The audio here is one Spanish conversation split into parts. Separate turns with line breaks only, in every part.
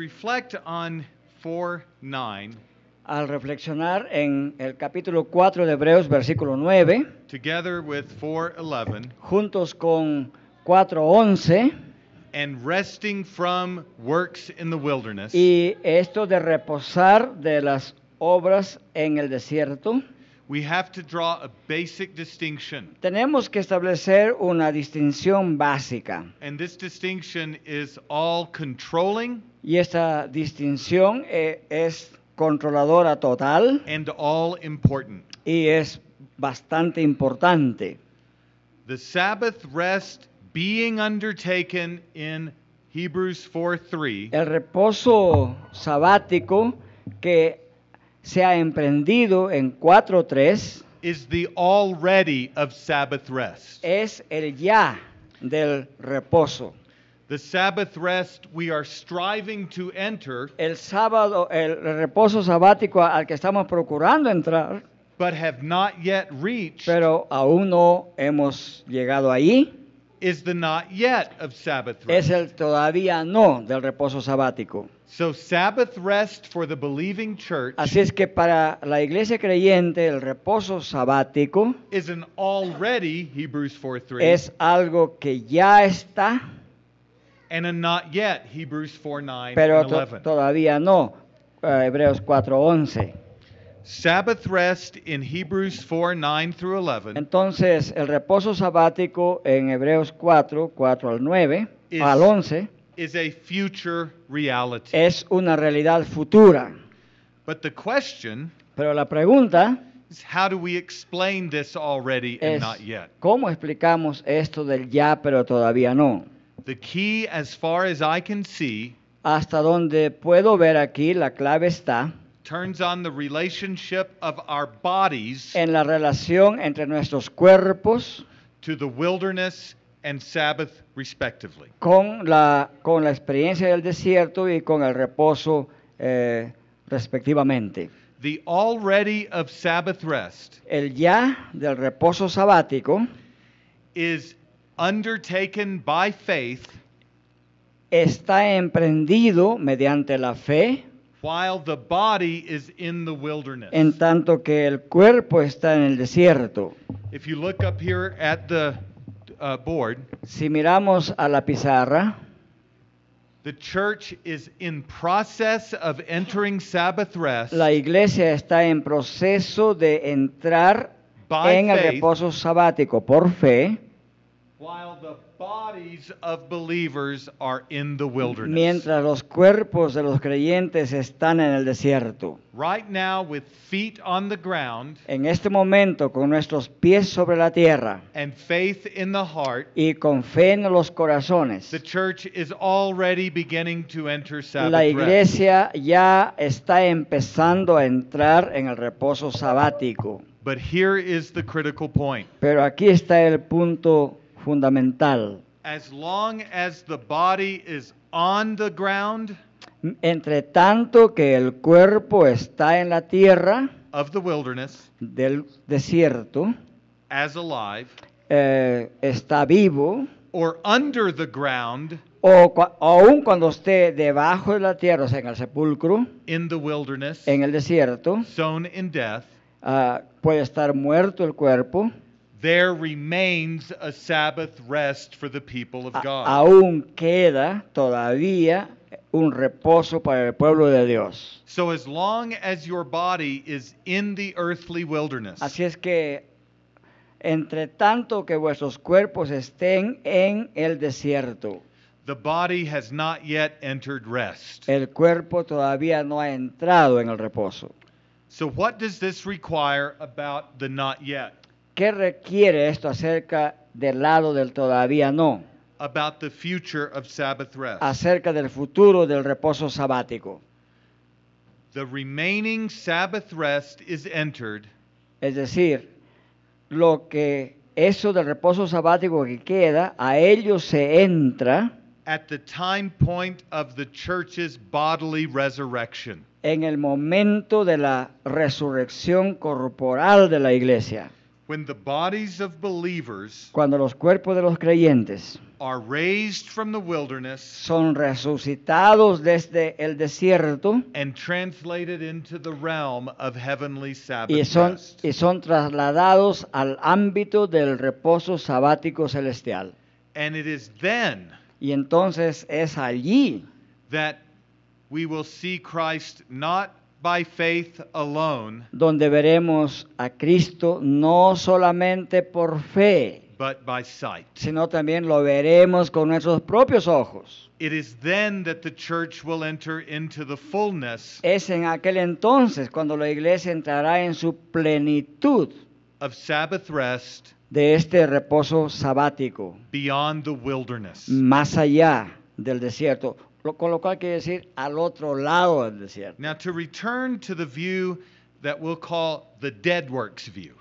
reflect on 4 9,
Al reflexionar en el capítulo 4 de Hebreos, versículo 9,
together with 4 11,
juntos con 4.11,
and resting from works in the wilderness,
y esto de reposar de las obras en el desierto,
we have to draw a basic distinction.
tenemos que establecer una distinción básica.
And this distinction is all controlling
Y esta distinción eh, es controladora total
and all important.
y es bastante importante.
The Sabbath rest being undertaken in Hebrews 4 3
El reposo sabático que se ha emprendido en 4.3
is the already of Sabbath rest.
es el ya del reposo.
The Sabbath rest we are striving to enter,
El sábado, el reposo sabático al que estamos procurando entrar,
but have not yet reached,
pero aún no hemos llegado ahí,
is the not yet of Sabbath
es
rest.
el todavía no del reposo sabático.
So, Sabbath rest for the believing church
Así es que para la iglesia creyente el reposo sabático
is an already, Hebrews 4 3,
es algo que ya está,
and a not yet, Hebrews 4 9
pero
and
to-
11.
todavía no. Eh, Hebreos 4:11.
Sabbath rest in Hebrews 4 9 through 11
Entonces, el reposo sabático en Hebreos 4, 4 al 9,
Es-
al 11,
is a future reality.
es una realidad futura.
but the question
Pero la pregunta
is how do we explain this already and
es,
not yet?
¿cómo explicamos esto del ya pero todavía no?
The key, as far as I can see,
Hasta donde puedo ver aquí, la clave está
turns on the relationship of our bodies
en la relación entre nuestros cuerpos
to the wilderness and Sabbath, respectively.
con la, con la experiencia del desierto y con el reposo eh, respectivamente.
The already of Sabbath rest
El ya del reposo sabático
is undertaken by faith
está emprendido mediante la fe,
while the body is in the wilderness.
en tanto que el cuerpo está en el desierto.
if you look up here at the uh, board,
Si miramos a la pizarra,
the church is in process of entering Sabbath rest
la iglesia está en proceso de entrar
By
en el
faith.
reposo sabático por fe,
while the bodies of believers are in the wilderness.
mientras los cuerpos de los creyentes están en el desierto.
Right now, with feet on the ground
En este momento, con nuestros pies sobre la tierra
and faith in the heart,
y con fe en los
the
corazones,
church is already beginning to enter Sabbath
la
rest.
iglesia ya está empezando a entrar en el reposo sabático.
But here is the critical point.
Pero aquí está el punto fundamental.
As long as the body is on the ground
Entre tanto que el cuerpo está en la tierra
of the wilderness,
del desierto,
as alive,
eh, está vivo,
or under the ground
o cua- aun cuando esté debajo de la tierra, o sea, en el sepulcro,
in the wilderness,
en el desierto,
sown in death,
ah, puede estar muerto el cuerpo,
there remains a Sabbath rest for the people of
a-
God.
aún queda todavía un reposo para el pueblo de Dios.
So as long as your body is in the earthly wilderness,
Así es que, entre tanto que vuestros cuerpos estén en el desierto,
the body has not yet entered rest.
el cuerpo todavía no ha entrado en el reposo.
So what does this require about the not yet?
¿Qué requiere esto acerca del lado del todavía no?
About the future of Sabbath rest.
Acerca del futuro del reposo sabático.
The remaining Sabbath rest is entered
Es decir, lo que eso del reposo sabático que queda, a ellos se entra
at the time point of the church's bodily resurrection.
en el momento de la resurrección corporal de la iglesia.
When the bodies of believers
Cuando los cuerpos de los creyentes
are raised from the wilderness
son resucitados desde el desierto
and translated into the realm of heavenly Sabbath
y son,
rest.
y son trasladados al ámbito del reposo sabático celestial.
And it is then
Y entonces es allí
that we will see Christ not by faith alone,
donde veremos a Cristo no solamente por fe,
but by sight.
sino también lo veremos con nuestros propios ojos.
It is then that the church will enter into the fullness
Es en aquel entonces cuando la iglesia entrará en su plenitud
of Sabbath rest
de este reposo sabático,
beyond the wilderness.
más allá del desierto, lo- con lo cual quiere decir al otro lado del desierto.
Now, to return to the view that we'll call the dead works view.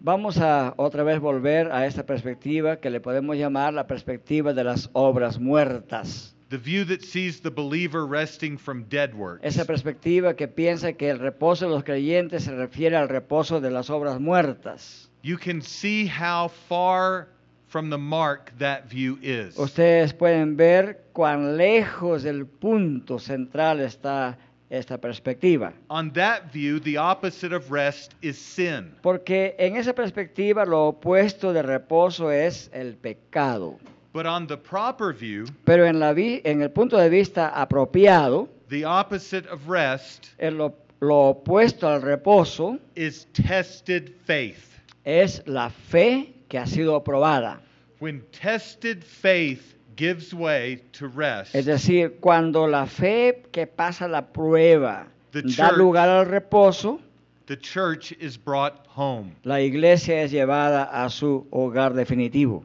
Vamos a otra vez volver a esta perspectiva que le podemos llamar la perspectiva de las obras muertas.
The view that sees the believer resting from dead works.
Esa perspectiva que piensa que el reposo de los creyentes se refiere al reposo de las obras muertas.
You can see how far from the mark that view is.
Ustedes pueden ver cuán lejos del punto central está esta perspectiva.
On that view, the opposite of rest is sin.
Porque en esa perspectiva lo opuesto de reposo es el pecado.
But on the proper view,
Pero en, la vi- en el punto de vista apropiado,
the opposite of rest
el op- lo opuesto al reposo
is tested faith.
es la fe que ha sido probada.
When tested faith gives way to rest,
Es decir, cuando la fe que pasa la prueba
The
da
church-
lugar al reposo,
the church is brought home.
la iglesia es llevada a su hogar definitivo.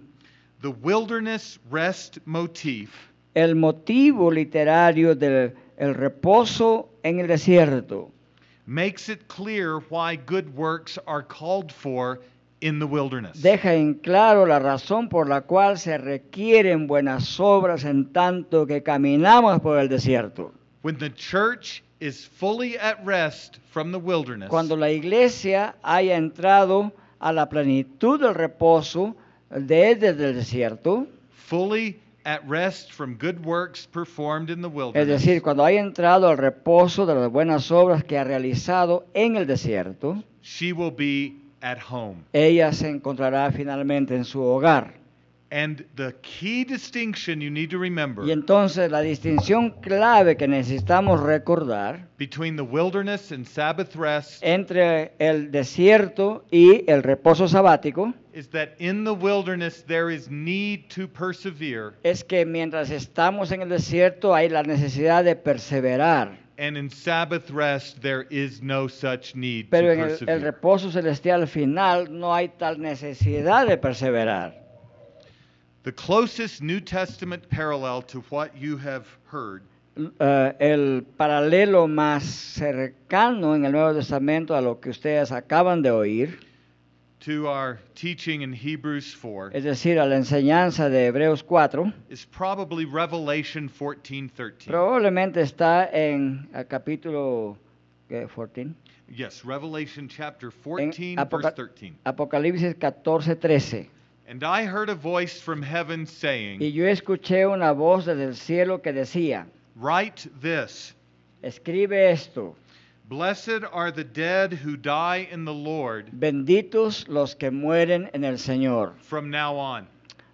The wilderness rest motif
El motivo literario del el reposo en el desierto
makes it clear why good works are called for in the wilderness.
deja en claro la razón por la cual se requieren buenas obras en tanto que caminamos por el desierto.
When the church is fully at rest from the wilderness,
Cuando la iglesia haya entrado a la plenitud del reposo desde el desierto,
fully at rest from good works performed in the
es
wilderness,
decir, cuando haya entrado al reposo de las buenas obras que ha realizado en el desierto,
she will be at home.
ella se encontrará finalmente en su hogar.
And the key distinction you need to remember
Y entonces la distinción clave que necesitamos recordar
between the wilderness and Sabbath
Eh.
rest
entre el desierto y el reposo sabático
is that in the wilderness there is need to persevere,
es que mientras estamos en el desierto hay la necesidad de perseverar.
and in Sabbath rest there is no such need
Pero
to
en el,
persevere.
el reposo celestial final no hay tal necesidad de perseverar.
the closest New Testament parallel to what you have heard
L- eh, el paralelo más cercano en el Nuevo Testamento a lo que ustedes acaban de oír,
to our teaching in Hebrews 4
es decir, a la enseñanza de Hebreos 4,
is probably Revelation 14 13.
probablemente está en el capítulo ¿qué? 14.
Yes, Revelation chapter 14, verse
en Apoca-
13.
Apocalipsis 14, 13.
And I heard a voice from heaven
Y
saying,
yo escuché una voz desde el cielo que decía,
Write this
escribe esto,
Blessed are the dead who die in the Lord
benditos los que mueren en el Señor,
from now on.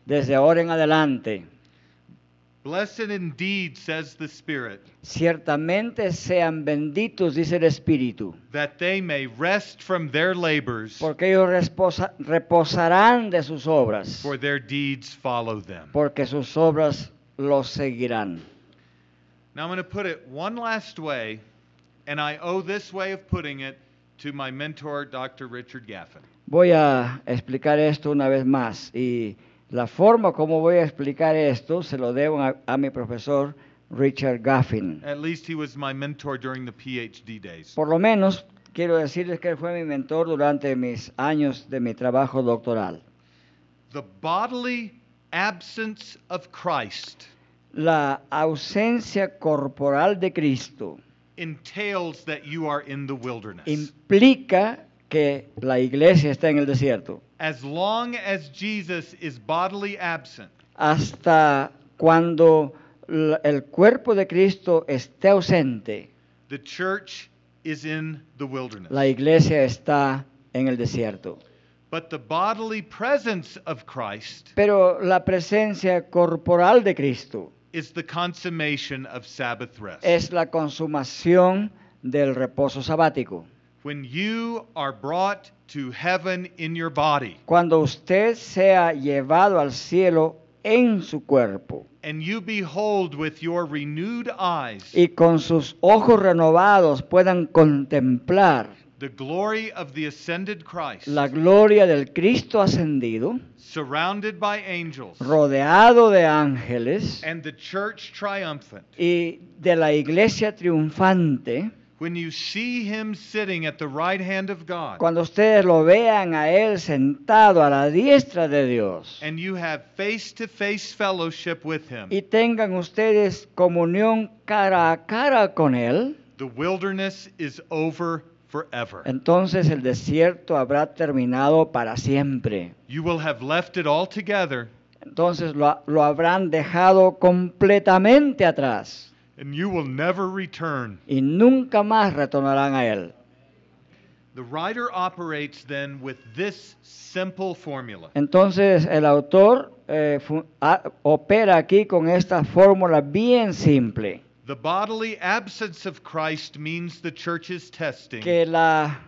desde ahora en adelante.
Blessed indeed, says the Spirit,
Ciertamente sean benditos, dice el Espíritu,
that they may rest from their labors,
porque ellos resposa- reposarán de sus obras,
for their deeds follow them.
porque sus obras los seguirán.
Now I'm going to put it one last way, and I owe this way of putting it to my mentor, Dr. Richard Gaffin.
Voy a explicar esto una vez más y la forma como voy a explicar esto se lo debo a, a mi profesor Richard Gaffin.
At least he was my mentor during the PhD days.
Por lo menos quiero decirles que él fue mi mentor durante mis años de mi trabajo doctoral.
The bodily absence of Christ
La ausencia corporal de Cristo
entails that you are in the wilderness.
implica que la iglesia está en el desierto.
As long as Jesus is bodily absent,
Hasta cuando l- el cuerpo de Cristo esté ausente,
the church is in the wilderness.
la iglesia está en el desierto.
but the bodily presence of Christ
Pero la presencia corporal de Cristo
is the consummation of Sabbath rest.
es la consumación del reposo sabático.
when you are brought to heaven in your body
Cuando usted sea llevado al cielo en su cuerpo
and you behold with your renewed eyes
y con sus ojos renovados puedan contemplar
the glory of the ascended Christ,
la gloria del Cristo ascendido,
surrounded by angels,
rodeado de ángeles
and the church triumphant.
y de la iglesia triunfante,
When you see him sitting at the right hand of God,
cuando ustedes lo vean a Él sentado a la diestra de Dios
and you have face to face fellowship with him,
y tengan ustedes comunión cara a cara con Él,
the wilderness is over forever.
entonces el desierto habrá terminado para siempre.
You will have left it all together,
Entonces lo, lo habrán dejado completamente atrás
and you will never return.
y nunca más retornarán a Él.
The writer operates then with this simple formula
Entonces el autor eh, fu- a- opera aquí con esta fórmula bien simple,
The bodily absence of Christ means the church is testing,
que la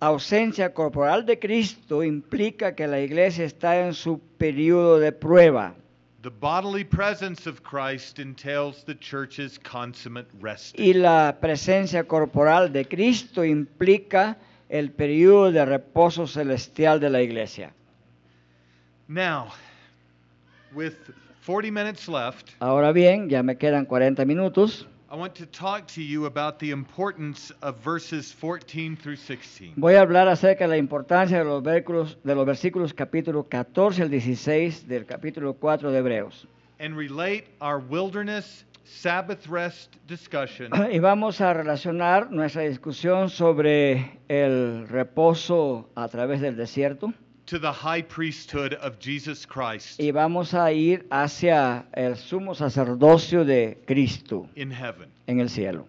ausencia corporal de Cristo implica que la iglesia está en su periodo de prueba.
the bodily presence of Christ entails the church's consummate resting.
Y la presencia corporal de Cristo implica el periodo de reposo celestial de la iglesia.
Now, with 40 minutes left,
Ahora bien, ya me quedan 40 minutos.
I want to talk to you about the importance of verses 14 through 16.
Voy a hablar acerca de la importancia de los, versículos, de los versículos capítulo 14 al 16 del capítulo 4 de Hebreos.
and relate our wilderness Sabbath rest discussion
Y vamos a relacionar nuestra discusión sobre el reposo a través del desierto
to the high priesthood of Jesus Christ
y vamos a ir hacia el sumo sacerdocio de Cristo
in heaven.
en el cielo.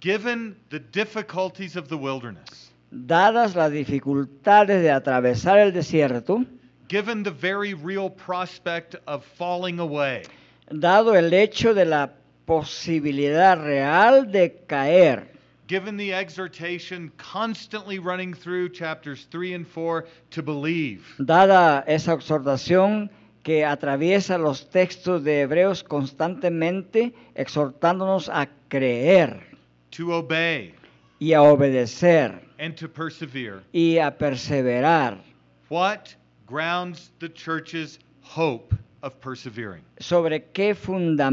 Given the difficulties of the wilderness,
Dadas las dificultades de atravesar el desierto,
given the very real prospect of falling away,
dado el hecho de la posibilidad real de caer,
given the exhortation constantly running through chapters 3 and 4 to believe,
dada esa exhortación que atraviesa los textos de Hebreos constantemente, exhortándonos a creer
to obey,
y a obedecer
and to persevere,
y a perseverar.
what grounds the church's hope of persevering?
¿Sobre qué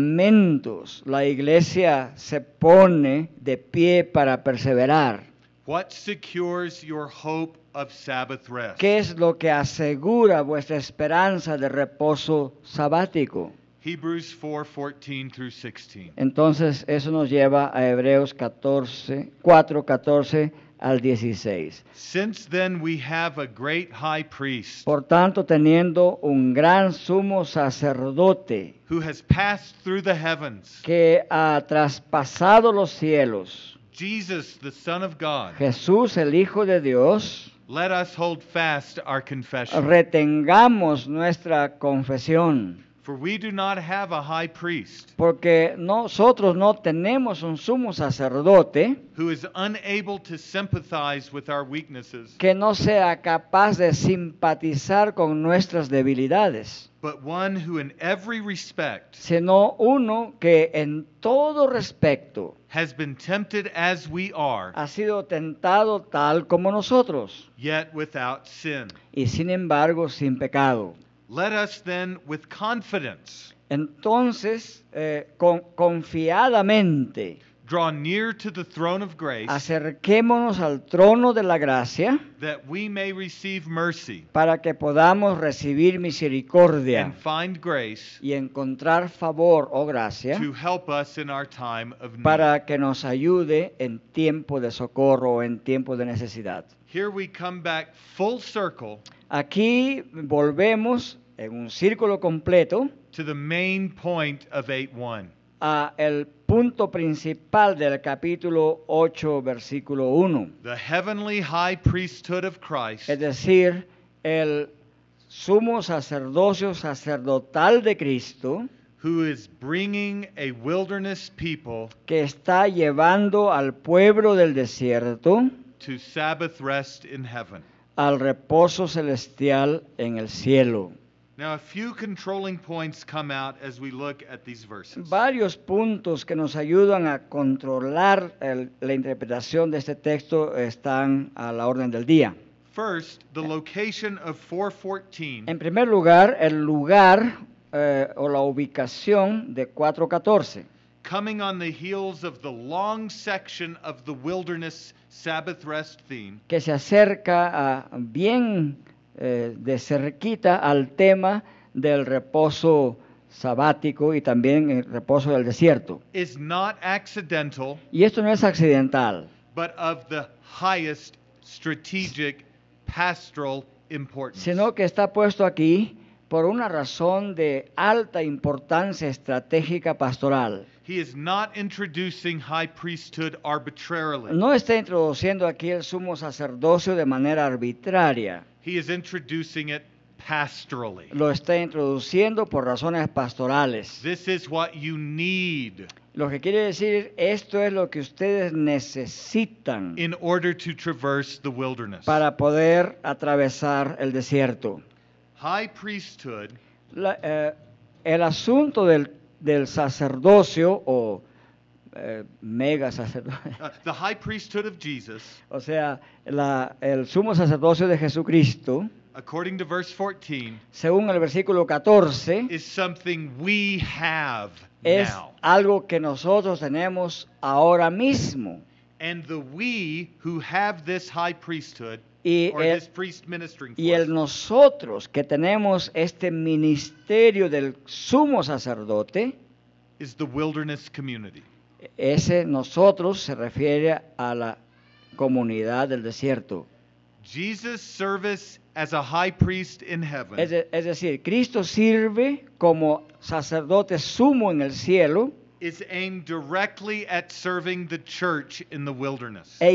fundamentos la iglesia se pone de pie para perseverar?
What secures your hope of Sabbath rest?
¿Qué es lo que asegura vuestra esperanza de reposo sabático?
Hebrews 4 14 through 16.
Entonces eso nos lleva a Hebreos 14, 4, 14 al 16.
Since then we have a great high priest
Por tanto, teniendo un gran sumo sacerdote
who has passed through the heavens,
que ha traspasado los cielos,
Jesus, the Son of God,
Jesús el Hijo de Dios,
let us hold fast our confession.
retengamos nuestra confesión,
For we do not have a high priest
porque nosotros no tenemos un sumo sacerdote
who is unable to sympathize with our weaknesses,
que no sea capaz de simpatizar con nuestras debilidades,
but one who in every respect
sino uno que en todo respecto
has been tempted as we are,
ha sido tentado tal como nosotros.
yet without sin.
y sin embargo sin pecado.
Let us then, with confidence,
Entonces, eh, con- confiadamente
draw near to the throne of grace
Acerquémonos al trono de la gracia
that we may receive mercy
para que podamos recibir misericordia
and find grace
y encontrar favor o gracia
to help us in our time of need.
para que nos ayude en tiempo de socorro o en tiempo de necesidad.
Here we come back full circle
Aquí volvemos en un círculo completo
to the main point of 8 1.
a el punto principal del capítulo 8, versículo 1.
The heavenly high priesthood of Christ
Es decir, el sumo sacerdocio sacerdotal de Cristo
who is bringing a wilderness people
que está llevando al pueblo del desierto
to Sabbath rest in heaven.
al reposo celestial en el cielo.
Now, a few controlling points come out as we look at these verses.
Varios puntos que nos ayudan a controlar el- la interpretación de este texto están a la orden del día.
First, the location of
En
414
primer lugar, el lugar eh, o la ubicación de 414.
coming on the heels of the long section of the wilderness Sabbath rest theme.
que se acerca a- bien eh, de cerquita al tema del reposo sabático y también el reposo del desierto.
is not accidental,
Y esto no es accidental,
but of the highest strategic pastoral importance.
sino que está puesto aquí por una razón de alta importancia estratégica pastoral.
he is not introducing high priesthood arbitrarily.
No está introduciendo aquí el sumo sacerdocio de manera arbitraria,
He is introducing it pastorally.
lo está introduciendo por razones pastorales.
This is what you need
Lo que quiere decir, esto es lo que ustedes necesitan
in order to traverse the wilderness.
para poder atravesar el desierto.
high priesthood
La- eh, el asunto del, del sacerdocio o eh, mega sacerdocio,
uh, the high priesthood of Jesus
o sea, la- el sumo sacerdocio de Jesucristo,
according to verse 14
según el versículo 14,
is something we have
es
now.
algo que nosotros tenemos ahora mismo.
And the we who have this high priesthood
Y
or
el-
this priest ministering
Y
for
el
us,
nosotros que tenemos este ministerio del sumo sacerdote,
is the wilderness community.
Ese nosotros se refiere a la comunidad del desierto.
Jesus' service as a high priest in heaven
Es, de- es decir, Cristo sirve como sacerdote sumo en el cielo
is aimed directly at serving the church in the wilderness.
e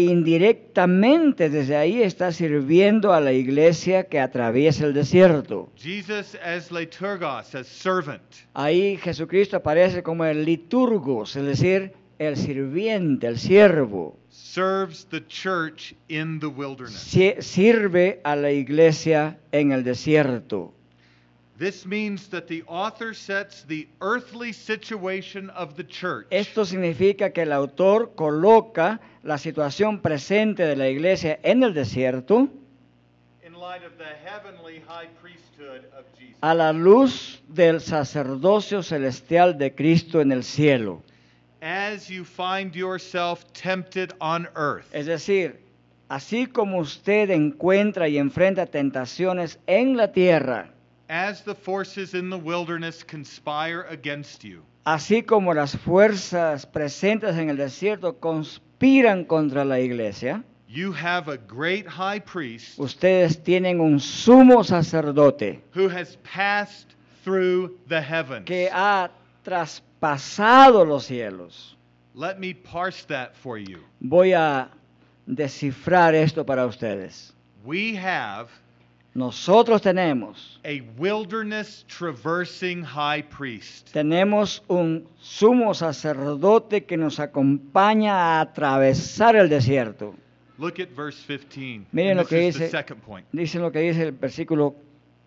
indirectamente desde ahí está sirviendo a la iglesia que atraviesa el desierto.
Jesus as liturgos, as servant,
Ahí Jesucristo aparece como el liturgos, es decir, el sirviente, el siervo.
serves the church in the wilderness.
Si- sirve a la iglesia en el desierto.
This means that the author sets the earthly situation of the church
Esto significa que el autor coloca la situación presente de la iglesia en el desierto
in light of the heavenly high priesthood of Jesus.
a la luz del sacerdocio celestial de Cristo en el cielo.
As you find yourself tempted on earth,
Es decir, así como usted encuentra y enfrenta tentaciones en la tierra,
as the forces in the wilderness conspire against you,
así como las fuerzas presentes en el desierto conspiran contra la iglesia,
you have a great high priest
ustedes tienen un sumo sacerdote
who has passed through the heavens.
que ha traspasado los cielos.
Let me parse that for you.
Voy a descifrar esto para ustedes.
We have
Nosotros tenemos,
a wilderness traversing high priest.
tenemos un sumo sacerdote que nos acompaña a atravesar el desierto.
Look at verse 15.
Miren
And
lo
this
que
is the
dice-
second point.
Dicen lo que dice el versículo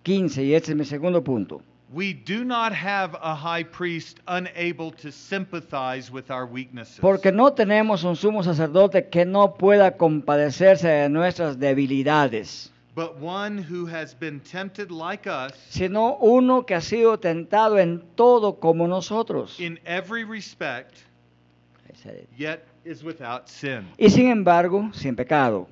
15 y este es mi segundo punto.
We do not have a high priest unable to sympathize with our weaknesses.
Porque no tenemos un sumo sacerdote que no pueda compadecerse de nuestras debilidades,
But one who has been tempted like us
sino uno que ha sido tentado en todo como nosotros.
in every respect,
Nazaret.
yet is without sin.
Y sin embargo, sin pecado.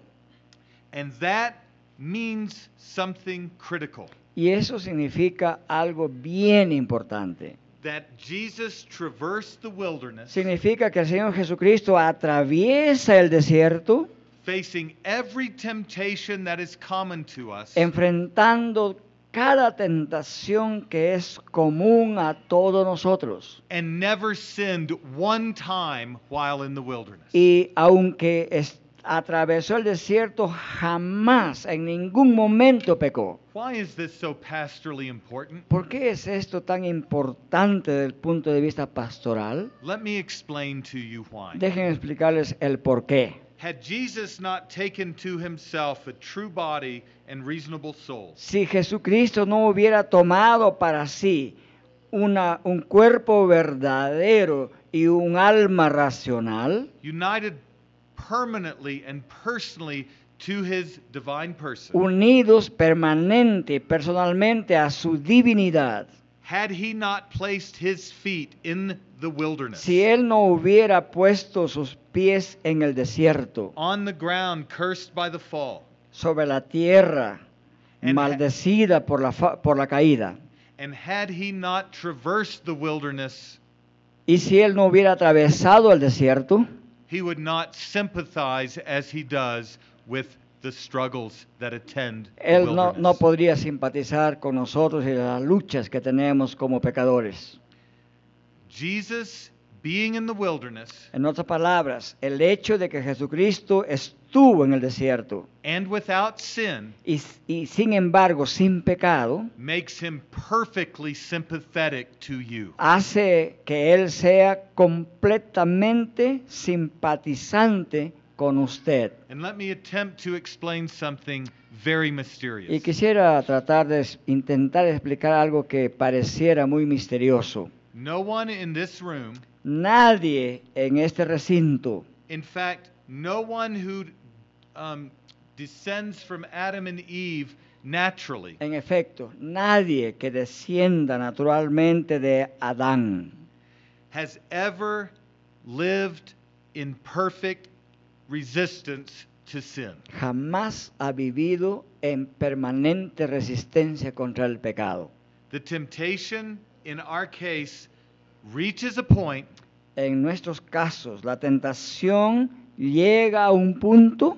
And that means something critical
Y eso significa algo bien importante.
that Jesus traversed the wilderness,
Significa que el Señor Jesucristo atraviesa el desierto
facing every temptation that is common to us,
enfrentando cada tentación que es común a todos nosotros.
and never sinned one time while in the wilderness.
Y aunque es- atravesó el desierto, jamás en ningún momento pecó.
Why is this so pastorally important?
¿Por qué es esto tan importante desde el punto de vista pastoral?
Let me explain to you why.
Déjenme explicarles el por qué.
Had Jesus not taken to himself a true body and reasonable soul,
Si Jesucristo no hubiera tomado para sí una- un cuerpo verdadero y un alma racional,
united permanently and personally to his divine person,
unidos permanente y personalmente a su divinidad,
had he not placed his feet in the wilderness,
si Él no hubiera puesto sus pies en el desierto,
on the ground cursed by the fall,
sobre la tierra,
And-
maldecida por la, fa- por la caída,
and had he not traversed the wilderness,
y si Él no hubiera atravesado el desierto,
he would not sympathize as he does with the struggles that attend the
Él no, no
wilderness.
podría simpatizar con nosotros y las luchas que tenemos como pecadores.
Jesus being in the wilderness
En otras palabras, el hecho de que Jesucristo estuvo en el desierto
and without sin
y, y sin embargo sin pecado,
makes him perfectly sympathetic to you.
hace que Él sea completamente simpatizante con usted.
And let me attempt to explain something very mysterious.
Y quisiera tratar de es- intentar explicar algo que pareciera muy misterioso.
No one in this room,
Nadie en este recinto,
in fact, no one who um, descends from Adam and Eve naturally,
en efecto, nadie que descienda naturalmente de Adán
has ever lived in perfect resistance to sin.
jamás ha vivido en permanente resistencia contra el pecado.
The temptation, in our case, reaches a point
En nuestros casos, la tentación llega a un punto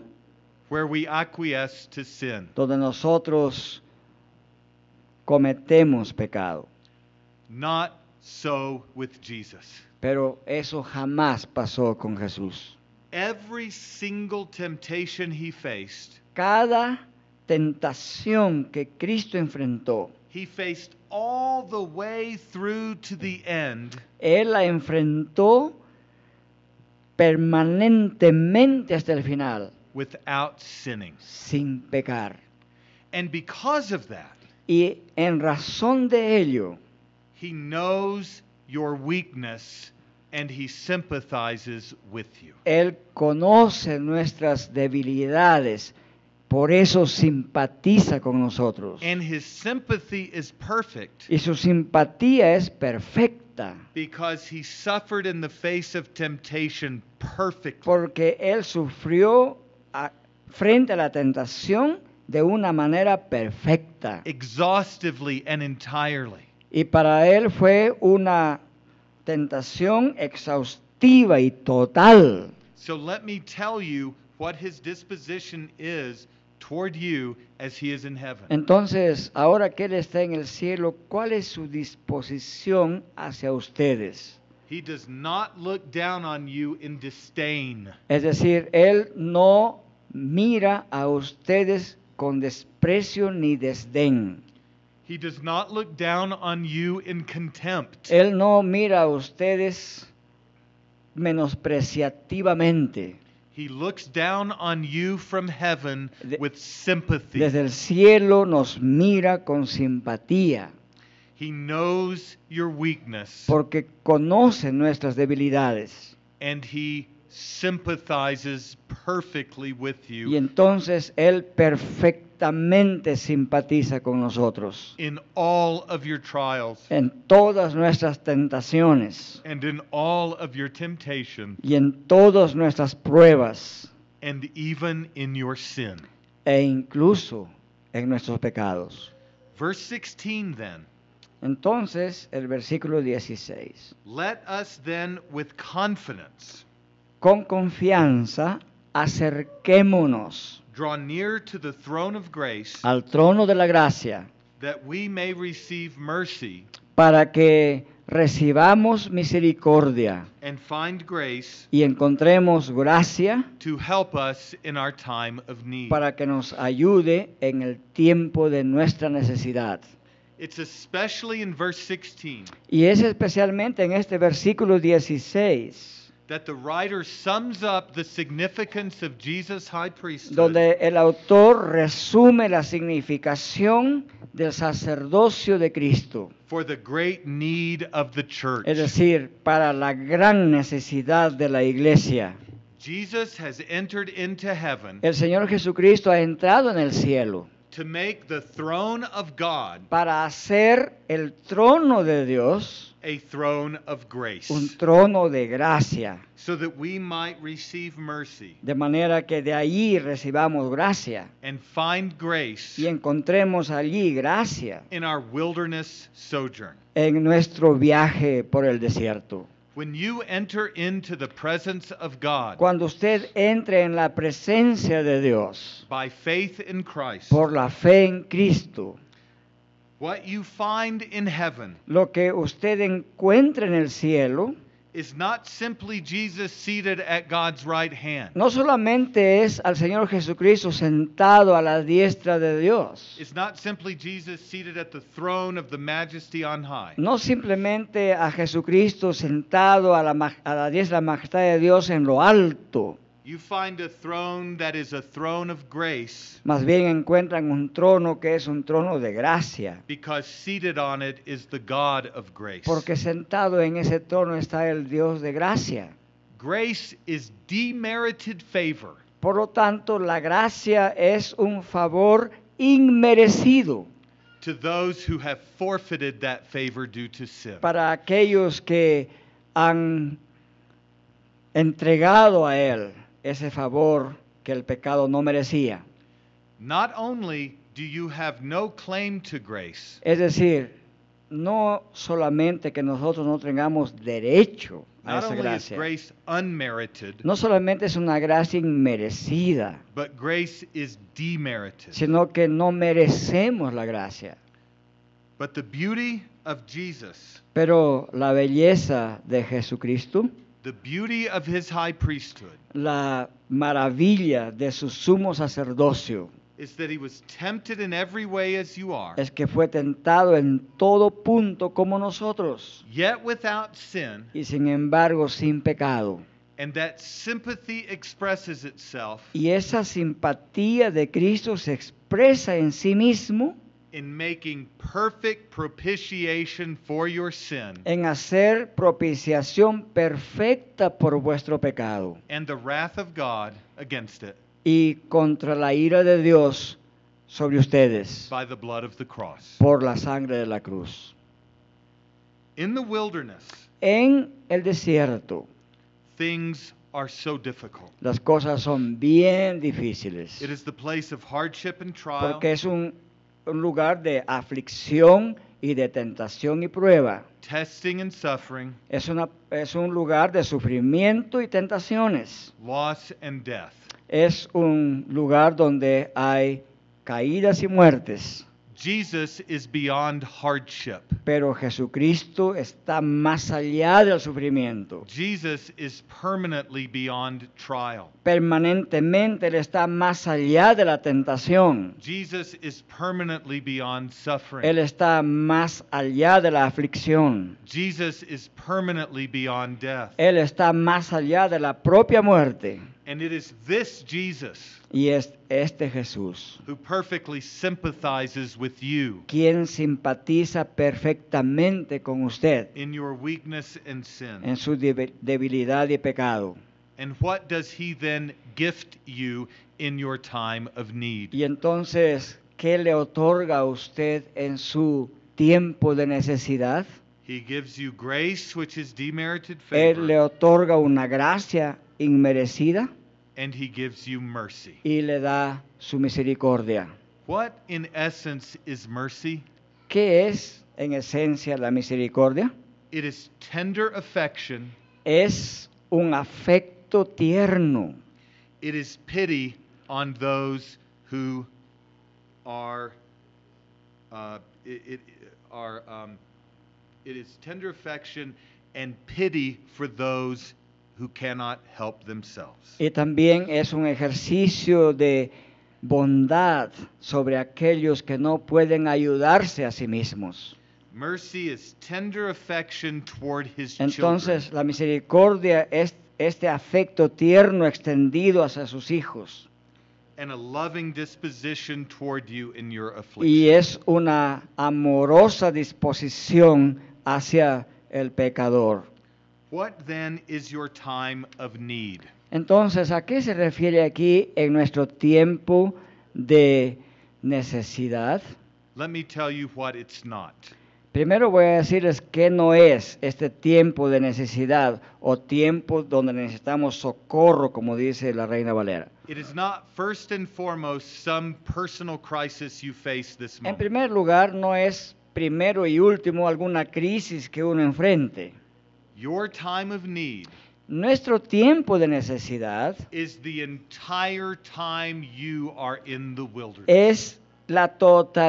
where we acquiesce to sin.
donde nosotros cometemos pecado.
Not so with Jesus.
Pero eso jamás pasó con Jesús.
Every single temptation he faced,
Cada tentación que Cristo enfrentó,
he faced all the way through to the end
Él la enfrentó permanentemente hasta el final,
without sinning.
sin pecar.
And because of that,
Y en razón de ello,
he knows your weakness and he sympathizes with you.
Él conoce nuestras debilidades, por eso simpatiza con nosotros.
And his sympathy is perfect
Y su simpatía es perfecta,
because he suffered in the face of temptation perfectly.
porque Él sufrió a- frente a la tentación de una manera perfecta.
exhaustively and entirely.
Y para Él fue una tentación exhaustiva y total.
So let me tell you what his disposition is toward you as he is in heaven.
Entonces, ahora que Él está en el cielo, ¿cuál es su disposición hacia ustedes?
He does not look down on you in disdain.
Es decir, Él no mira a ustedes con desprecio ni desdén.
He does not look down on you in contempt.
Él no mira a ustedes menospreciativamente.
He looks down on you from heaven
De-
with sympathy.
Desde el cielo nos mira con simpatía,
He knows your weakness
porque conoce nuestras debilidades
and he sympathizes perfectly with
Y
you
entonces Él perfectamente simpatiza con nosotros
in all of your trials
en todas nuestras tentaciones
and in all of your temptation
y en todas nuestras pruebas
and even in your sin.
e incluso en nuestros pecados.
Verse 16 then.
Entonces, el versículo 16.
Let us then with confidence
Con confianza acerquémonos
draw near to the throne of grace
al trono de la gracia
that we may receive mercy
para que recibamos misericordia
and find grace
y encontremos gracia
to help us in our time of need.
para que nos ayude en el tiempo de nuestra necesidad.
It's especially in verse 16
Y es especialmente en este versículo 16,
that the writer sums up the significance of Jesus' high priesthood
donde el autor resume la significación del sacerdocio de Cristo,
for the great need of the church.
es decir, para la gran necesidad de la iglesia.
Jesus has entered into heaven
El Señor Jesucristo ha entrado en el cielo
to make the throne of God
para hacer el trono de Dios
a throne of grace
un trono de gracia,
so that we might receive mercy
de manera que de allí recibamos gracia.
and find grace
y encontremos allí gracia
in our wilderness sojourn.
en nuestro viaje por el desierto.
When you enter into the presence of God
Cuando usted entre en la presencia de Dios
by faith in Christ,
por la fe en Cristo,
what you find in heaven
lo que usted encuentra en el cielo
is not simply Jesus seated at God's right hand.
no solamente es al Señor Jesucristo sentado a la diestra de Dios,
It's not simply Jesus seated at the throne of the majesty on high.
no simplemente a Jesucristo sentado a la, maj- a la diestra de la majestad de Dios en lo alto,
You find a throne that is a throne of grace
más bien encuentran un trono que es un trono de gracia.
because seated on it is the God of grace.
Porque sentado en ese trono está el Dios de gracia.
Grace is demerited favor
Por lo tanto, la gracia es un favor inmerecido
to those who have forfeited that favor due to sin.
para aquellos que han entregado a Él ese favor que el pecado no merecía.
Not only do you have no claim to grace,
Es decir, no solamente que nosotros no tengamos derecho a
not
esa
only is
gracia,
grace unmerited,
no solamente es una gracia inmerecida,
but grace is demerited.
sino que no merecemos la gracia.
But the beauty of Jesus,
Pero la belleza de Jesucristo,
the beauty of his high priesthood,
la maravilla de su sumo sacerdocio,
is that he was tempted in every way as you are,
es que fue tentado en todo punto como nosotros,
yet without sin,
y sin embargo sin pecado.
and that sympathy expresses itself
Y esa simpatía de Cristo se expresa en sí mismo
in making perfect propitiation for your sin
en hacer propiciación perfecta por vuestro pecado
and the wrath of God against it
y contra la ira de Dios sobre ustedes
by the blood of the cross.
por la sangre de la cruz.
In the wilderness,
En el desierto
things are so difficult.
las cosas son bien difíciles.
It is the place of hardship and trial.
Porque es un, un lugar de aflicción y de tentación y prueba.
testing and suffering,
Es, una, es un lugar de sufrimiento y tentaciones.
loss and death.
Es un lugar donde hay caídas y muertes.
Jesus is beyond hardship.
Pero Jesucristo está más allá del sufrimiento.
Jesus is permanently beyond trial.
Permanentemente Él está más allá de la tentación.
Jesus is permanently beyond suffering.
Él está más allá de la aflicción.
Jesus is permanently beyond death.
Él está más allá de la propia muerte.
And it is this Jesus
Y es este Jesús,
who perfectly sympathizes with you
quien simpatiza perfectamente con usted
in your weakness and sin.
en su debi- debilidad y pecado.
And what does he then gift you in your time of need?
Y entonces, ¿qué le otorga a usted en su tiempo de necesidad?
He gives you grace, which is demerited
Él le
favor,
otorga una gracia inmerecida
and he gives you mercy.
y le da su misericordia.
What, in essence, is mercy?
¿Qué es en esencia la misericordia?
It is tender affection,
Es un afecto tierno,
it is pity on those who are. Uh, it, it, are um, it is tender affection and pity for those who cannot help themselves.
Y también es un ejercicio de bondad sobre aquellos que no pueden ayudarse a sí mismos.
Mercy is tender affection toward his
Entonces,
children.
la misericordia es este afecto tierno extendido hacia sus hijos
and a loving disposition toward you in your affliction.
y es una amorosa disposición hacia el pecador.
What then is your time of need?
Entonces, ¿a qué se refiere aquí en nuestro tiempo de necesidad?
Let me tell you what it's not.
Primero voy a decirles que no es este tiempo de necesidad o tiempo donde necesitamos socorro, como dice la Reina Valera.
It is not first and foremost some personal crisis you face this
En
moment.
primer lugar, no es primero y último alguna crisis que uno enfrente.
Your time of need
Nuestro tiempo de necesidad
is the entire time you are in the wilderness.
es la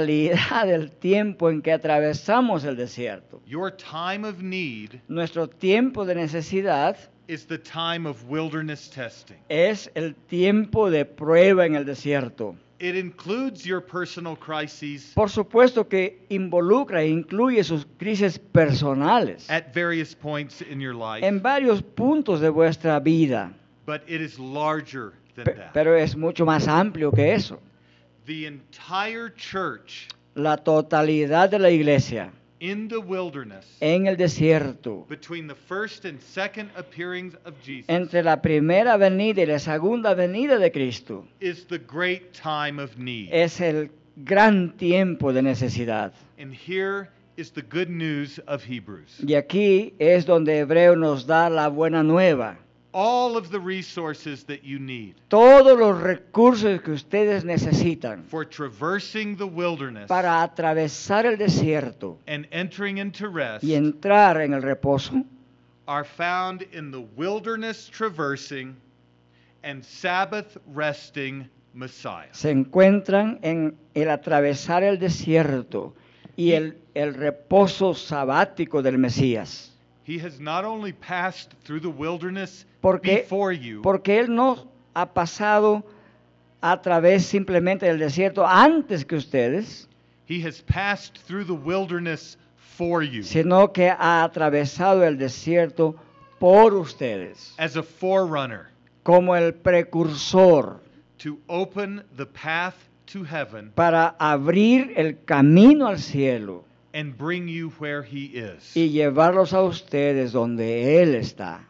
totalidad del tiempo en que atravesamos el desierto.
your time of need
Nuestro tiempo de necesidad
is the time of wilderness testing.
es el tiempo de prueba en el desierto.
It includes your personal crises
Por supuesto que involucra e incluye sus crisis personales
at various points in your life,
en varios puntos de vuestra vida,
but it is larger than
pe-
that.
pero es mucho más amplio que eso.
the entire church
La totalidad de la iglesia
in the wilderness
en el desierto,
between the first and second appearings of Jesus
entre la primera venida y la segunda venida de Cristo,
is the great time of need.
es el gran tiempo de necesidad.
and here is the good news of Hebrews.
Y aquí es donde Hebreo nos da la buena nueva.
All of the resources that you need
Todos los recursos que ustedes necesitan
for traversing the wilderness
para atravesar el desierto
and entering into rest
y entrar en el reposo
are found in the wilderness traversing and Sabbath resting Messiah.
se encuentran en el atravesar el desierto y el, el reposo sabático del Mesías.
He has not only passed through the wilderness
Porque,
before you,
porque Él no ha pasado a través simplemente del desierto antes que ustedes,
he has passed through the wilderness for you
sino que ha atravesado el desierto por ustedes,
as a forerunner
como el precursor
to open the path to heaven
para abrir el camino al cielo.
and bring you where he is.
y llevarlos a ustedes donde Él está.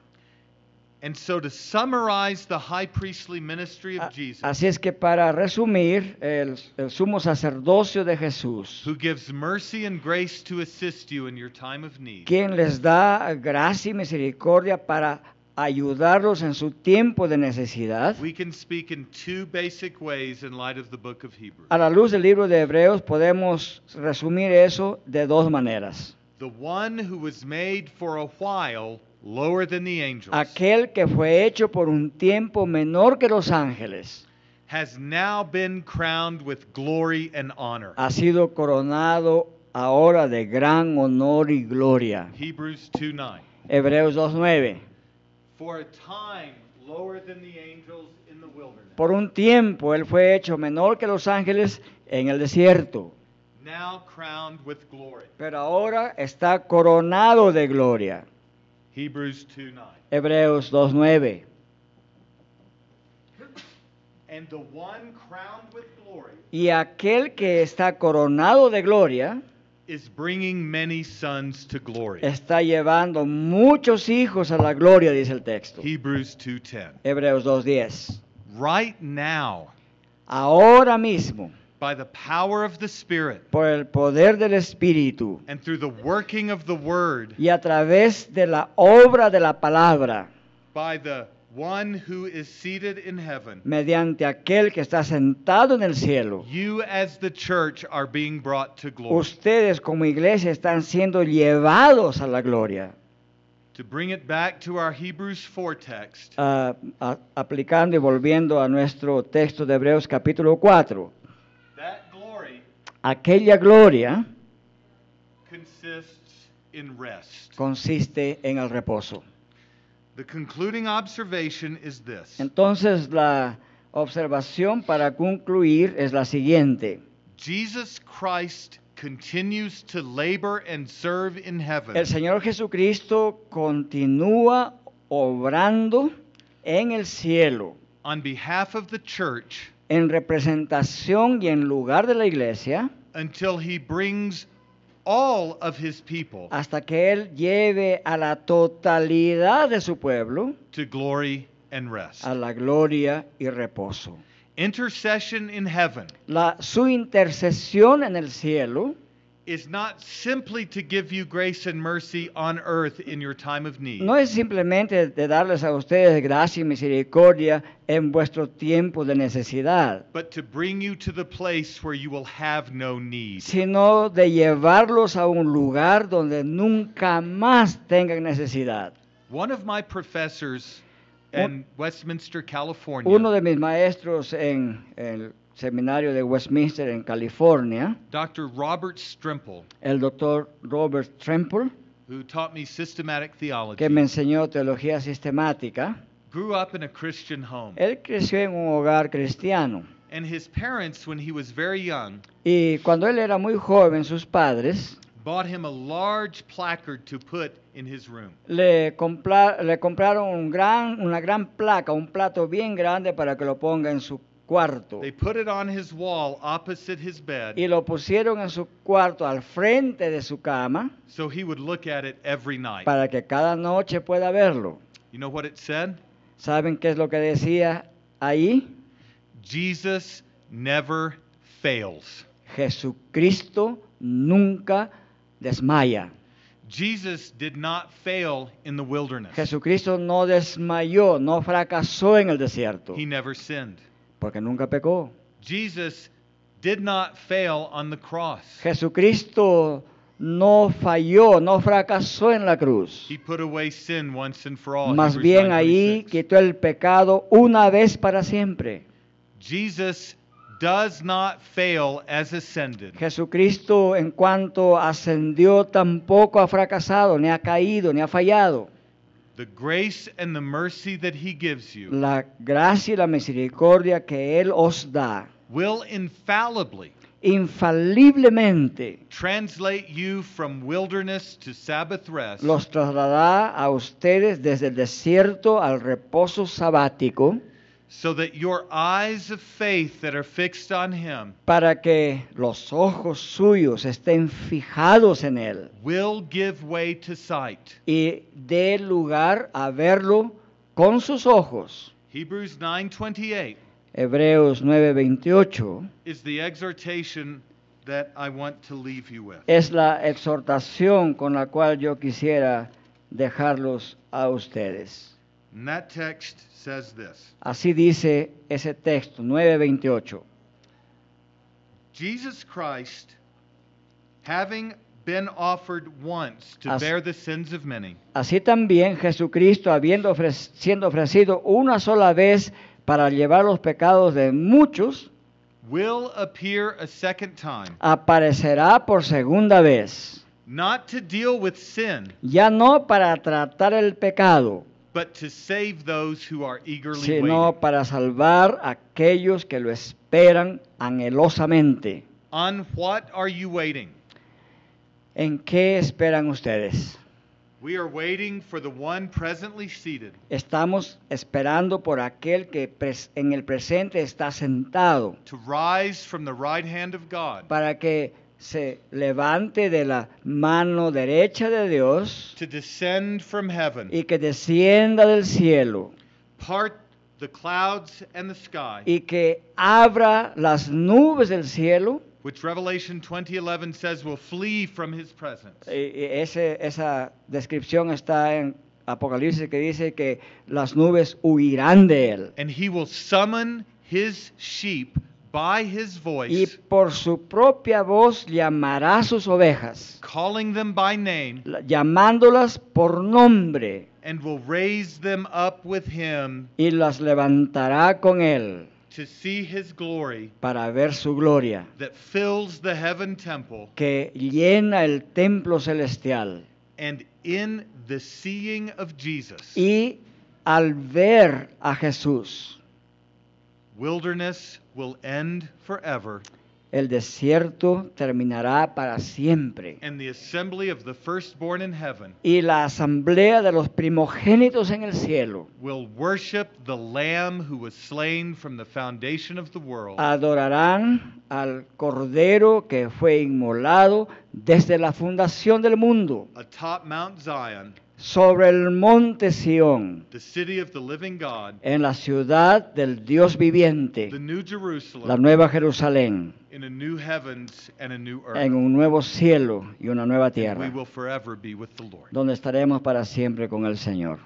And so, to summarize the high priestly ministry
A-
of Jesus,
Así es que para resumir, el, el sumo sacerdocio de Jesús,
who gives mercy and grace to assist you in your time of need,
quien les da gracia y misericordia para ayudarlos en su tiempo de necesidad,
we can speak in two basic ways in light of the book of Hebrews.
a la luz del libro de Hebreos podemos resumir eso de dos maneras.
The one who was made for a while lower than the angels
Aquel que fue hecho por un tiempo menor que los ángeles
has now been crowned with glory and honor.
ha sido coronado ahora de gran honor y gloria.
Hebrews 2 9.
Hebreos 2.9.
For a time lower than the angels in the wilderness.
Por un tiempo él fue hecho menor que los ángeles en el desierto,
now crowned with glory.
pero ahora está coronado de gloria.
Hebrews 2 9.
Hebreos 2.9.
And the one crowned with glory
Y aquel que está coronado de gloria
is bringing many sons to glory.
Está llevando muchos hijos a la gloria, dice el texto.
Hebrews 2:10.
Hebreos 2.10.
Right now,
Ahora mismo,
by the power of the Spirit
por el poder del Espíritu
and through the working of the word,
y a través de la obra de la palabra,
by the one who is seated in heaven,
mediante aquel que está sentado en el cielo,
you as the church are being brought to glory.
ustedes como iglesia están siendo llevados a la gloria.
To bring it back to our Hebrews 4 text,
Ah, a- aplicando y volviendo a nuestro texto de Hebreos capítulo 4,
that glory
aquella gloria
consists in rest.
consiste en el reposo.
The concluding observation is this
Entonces la observación para concluir es la siguiente.
Jesus Christ continues to labor and serve in heaven
El Señor Jesucristo continúa obrando en el cielo,
on behalf of the church
en representación y en lugar de la iglesia,
until he brings all of his people
hasta que Él lleve a la totalidad de su pueblo
to glory and rest.
a la gloria y reposo.
Intercession in heaven
La, su intercesión en el cielo
is not simply to give you grace and mercy on earth in your time of need.
no es simplemente de darles a ustedes gracia y misericordia en vuestro tiempo de necesidad,
but to bring you to the place where you will have no need.
sino de llevarlos a un lugar donde nunca más tengan necesidad.
One of my professors
Un-
in Westminster, California,
Uno de mis maestros en el seminario de Westminster en California,
Dr. Robert Strimple,
el doctor Robert Tremple,
who taught me systematic theology,
que me enseñó teología sistemática,
grew up in a Christian home.
él creció en un hogar cristiano.
And his parents, when he was very young,
Y cuando él era muy joven, sus padres
bought him a large placard to put in his room.
le, compra- le compraron un gran, una gran placa, un plato bien grande para que lo ponga en su cuarto.
They put it on his wall opposite his
Y
bed
lo pusieron en su cuarto al frente de su cama
so he would look at it every night.
para que cada noche pueda verlo.
You know what it said?
¿Saben qué es lo que decía ahí?
Jesus never fails.
Jesucristo nunca desmaya.
Jesus did not fail in the wilderness.
Jesucristo no desmayó, no fracasó en el desierto,
He never sinned.
porque nunca pecó.
Jesus did not fail on the cross.
Jesucristo no falló, no fracasó en la cruz.
He put away sin once and for all.
Más
Hebrews
bien ahí
9:26.
quitó el pecado una vez para siempre.
Jesus does not fail as ascended.
Jesucristo en cuanto ascendió tampoco ha fracasado, ni ha caído, ni ha fallado.
The grace and the mercy that he gives you
La gracia y la misericordia que Él os da
will infallibly
infaliblemente
translate you from wilderness to Sabbath rest
los trasladará a ustedes desde el desierto al reposo sabático
so that your eyes of faith that are fixed on him
para que los ojos suyos estén fijados en Él
will give way to sight.
y dé lugar a verlo con sus ojos.
Hebrews 9:28
Hebreos 9:28
is the exhortation that I want to leave you with.
es la exhortación con la cual yo quisiera dejarlos a ustedes.
And that text says this.
Así dice ese texto 9:28.
Jesus Christ having been offered once to
As-
bear the sins of many
Así también Jesucristo, habiendo ofre- siendo ofrecido una sola vez para llevar los pecados de muchos,
will appear a second time
aparecerá por segunda vez,
not to deal with sin
ya no para tratar el pecado,
but to save those who are eagerly
sino
waiting
para salvar a aquellos que lo esperan anhelosamente.
on what are you waiting
¿En qué esperan ustedes?
we are waiting for the one presently seated
Estamos esperando por aquel que pres- en el presente está sentado
to rise from the right hand of God
para que se levante de la mano derecha de Dios
to descend from heaven,
y que descienda del cielo
part the clouds and the sky,
y que abra las nubes del cielo.
which Revelation 20:11 says will flee from his presence.
Y- y ese- esa descripción está en Apocalipsis que dice que las nubes huirán de él.
And he will summon his sheep by his
Y
voice,
por su propia voz llamará a sus ovejas,
calling them by name,
la- llamándolas por nombre
and will raise them up with him
y las levantará con él
to see his glory
para ver su gloria,
that fills the heaven temple.
que llena el templo celestial.
And in the seeing of Jesus,
Y al ver a Jesús,
wilderness will end forever,
el desierto terminará para siempre.
and the assembly of the firstborn in heaven
y la asamblea de los primogénitos en el cielo
will worship the Lamb who was slain from the foundation of the world.
Uh, adorarán al Cordero que fue inmolado desde la fundación del mundo
atop Mount Zion,
sobre el monte Sión,
the city of the living God,
en la ciudad del Dios viviente,
the new
Eh, la
Jerusalem,
nueva Jerusalén,
in a new heavens and a new earth.
en un nuevo cielo y una nueva
And we
tierra,
will forever be with the Lord.
donde estaremos para siempre con el Señor.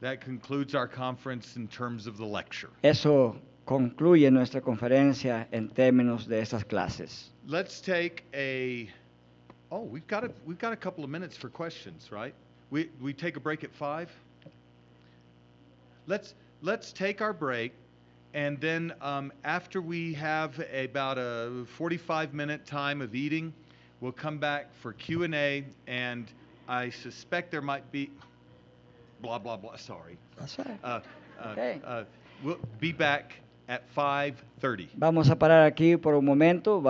That concludes our conference in terms of the lecture.
Eso concluye nuestra conferencia en términos de estas clases.
Let's take a Oh, we've got a, we've got a couple of minutes for questions, right? We we take a break at 5. Let's let's take our break and then um, after we have about a 45 minute time of eating, we'll come back for Q&A and I suspect there might be blah blah blah, sorry. Uh, uh,
Okay.
uh, we'll be back at 5:30.
Vamos a parar aquí por un momento.